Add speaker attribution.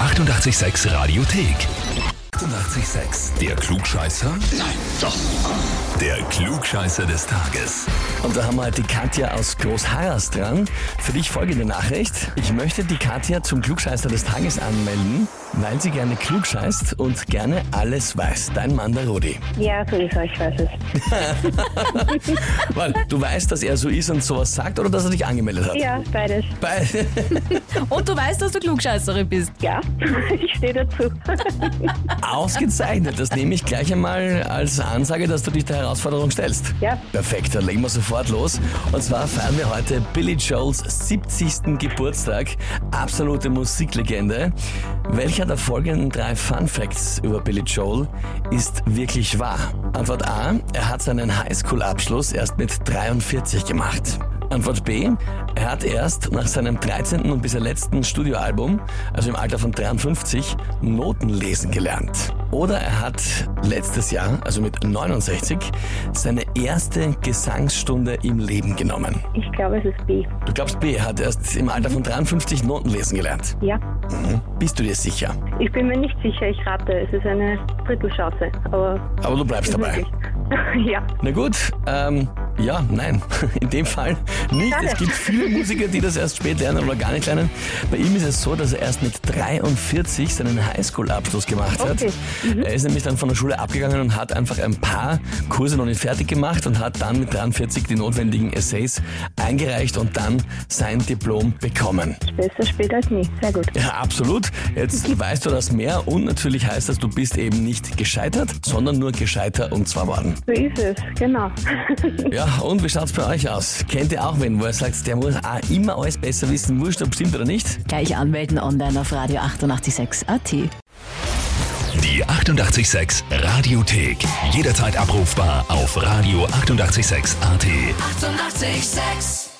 Speaker 1: 886 Radiothek. 88,6. Der Klugscheißer? Nein, doch. Der Klugscheißer des Tages.
Speaker 2: Und da haben wir halt die Katja aus Großharras dran. Für dich folgende Nachricht. Ich möchte die Katja zum Klugscheißer des Tages anmelden, weil sie gerne klugscheißt und gerne alles weiß. Dein Mann, der Rudi.
Speaker 3: Ja, so ist er, ich weiß es.
Speaker 2: Weil du weißt, dass er so ist und sowas sagt oder dass er dich angemeldet hat?
Speaker 3: Ja, beides.
Speaker 2: Bei,
Speaker 4: Und du weißt, dass du Klugscheißerin bist.
Speaker 3: Ja, ich stehe dazu.
Speaker 2: ausgezeichnet. Das nehme ich gleich einmal als Ansage, dass du dich der Herausforderung stellst.
Speaker 3: Ja.
Speaker 2: Perfekt, dann legen wir sofort los. Und zwar feiern wir heute Billy Joels 70. Geburtstag. Absolute Musiklegende. Welcher der folgenden drei Fun Facts über Billy Joel ist wirklich wahr? Antwort A. Er hat seinen Highschool-Abschluss erst mit 43 gemacht. Antwort B. Er hat erst nach seinem 13. und bisher letzten Studioalbum, also im Alter von 53, Noten lesen gelernt. Oder er hat letztes Jahr, also mit 69, seine erste Gesangsstunde im Leben genommen.
Speaker 3: Ich glaube, es ist B.
Speaker 2: Du glaubst, B hat erst im Alter von 53 Noten lesen gelernt.
Speaker 3: Ja.
Speaker 2: Bist du dir sicher?
Speaker 3: Ich bin mir nicht sicher, ich rate, es ist eine Drittelchance, aber
Speaker 2: Aber du bleibst dabei.
Speaker 3: möglich. Ja,
Speaker 2: Na gut, ähm, ja, nein, in dem Fall nicht. Es gibt viele Musiker, die das erst spät lernen oder gar nicht lernen. Bei ihm ist es so, dass er erst mit 43 seinen Highschool-Abschluss gemacht hat.
Speaker 3: Okay.
Speaker 2: Er ist nämlich dann von der Schule abgegangen und hat einfach ein paar Kurse noch nicht fertig gemacht und hat dann mit 43 die notwendigen Essays eingereicht und dann sein Diplom bekommen.
Speaker 3: besser spät als nie. Sehr gut.
Speaker 2: Ja, absolut. Jetzt weißt du das mehr und natürlich heißt das, du bist eben nicht gescheitert, sondern nur gescheiter und zwar worden.
Speaker 3: So ist es, genau.
Speaker 2: Ja, und wie schaut's bei euch aus? Kennt ihr auch wen, wo ihr sagt, der muss auch immer alles besser wissen, wurscht ob stimmt oder nicht?
Speaker 4: Gleich anmelden online auf radio 886 AT.
Speaker 1: Die 88,6 Radiothek. Jederzeit abrufbar auf radio886.at. 88,6.
Speaker 5: Eighty-eight, sex.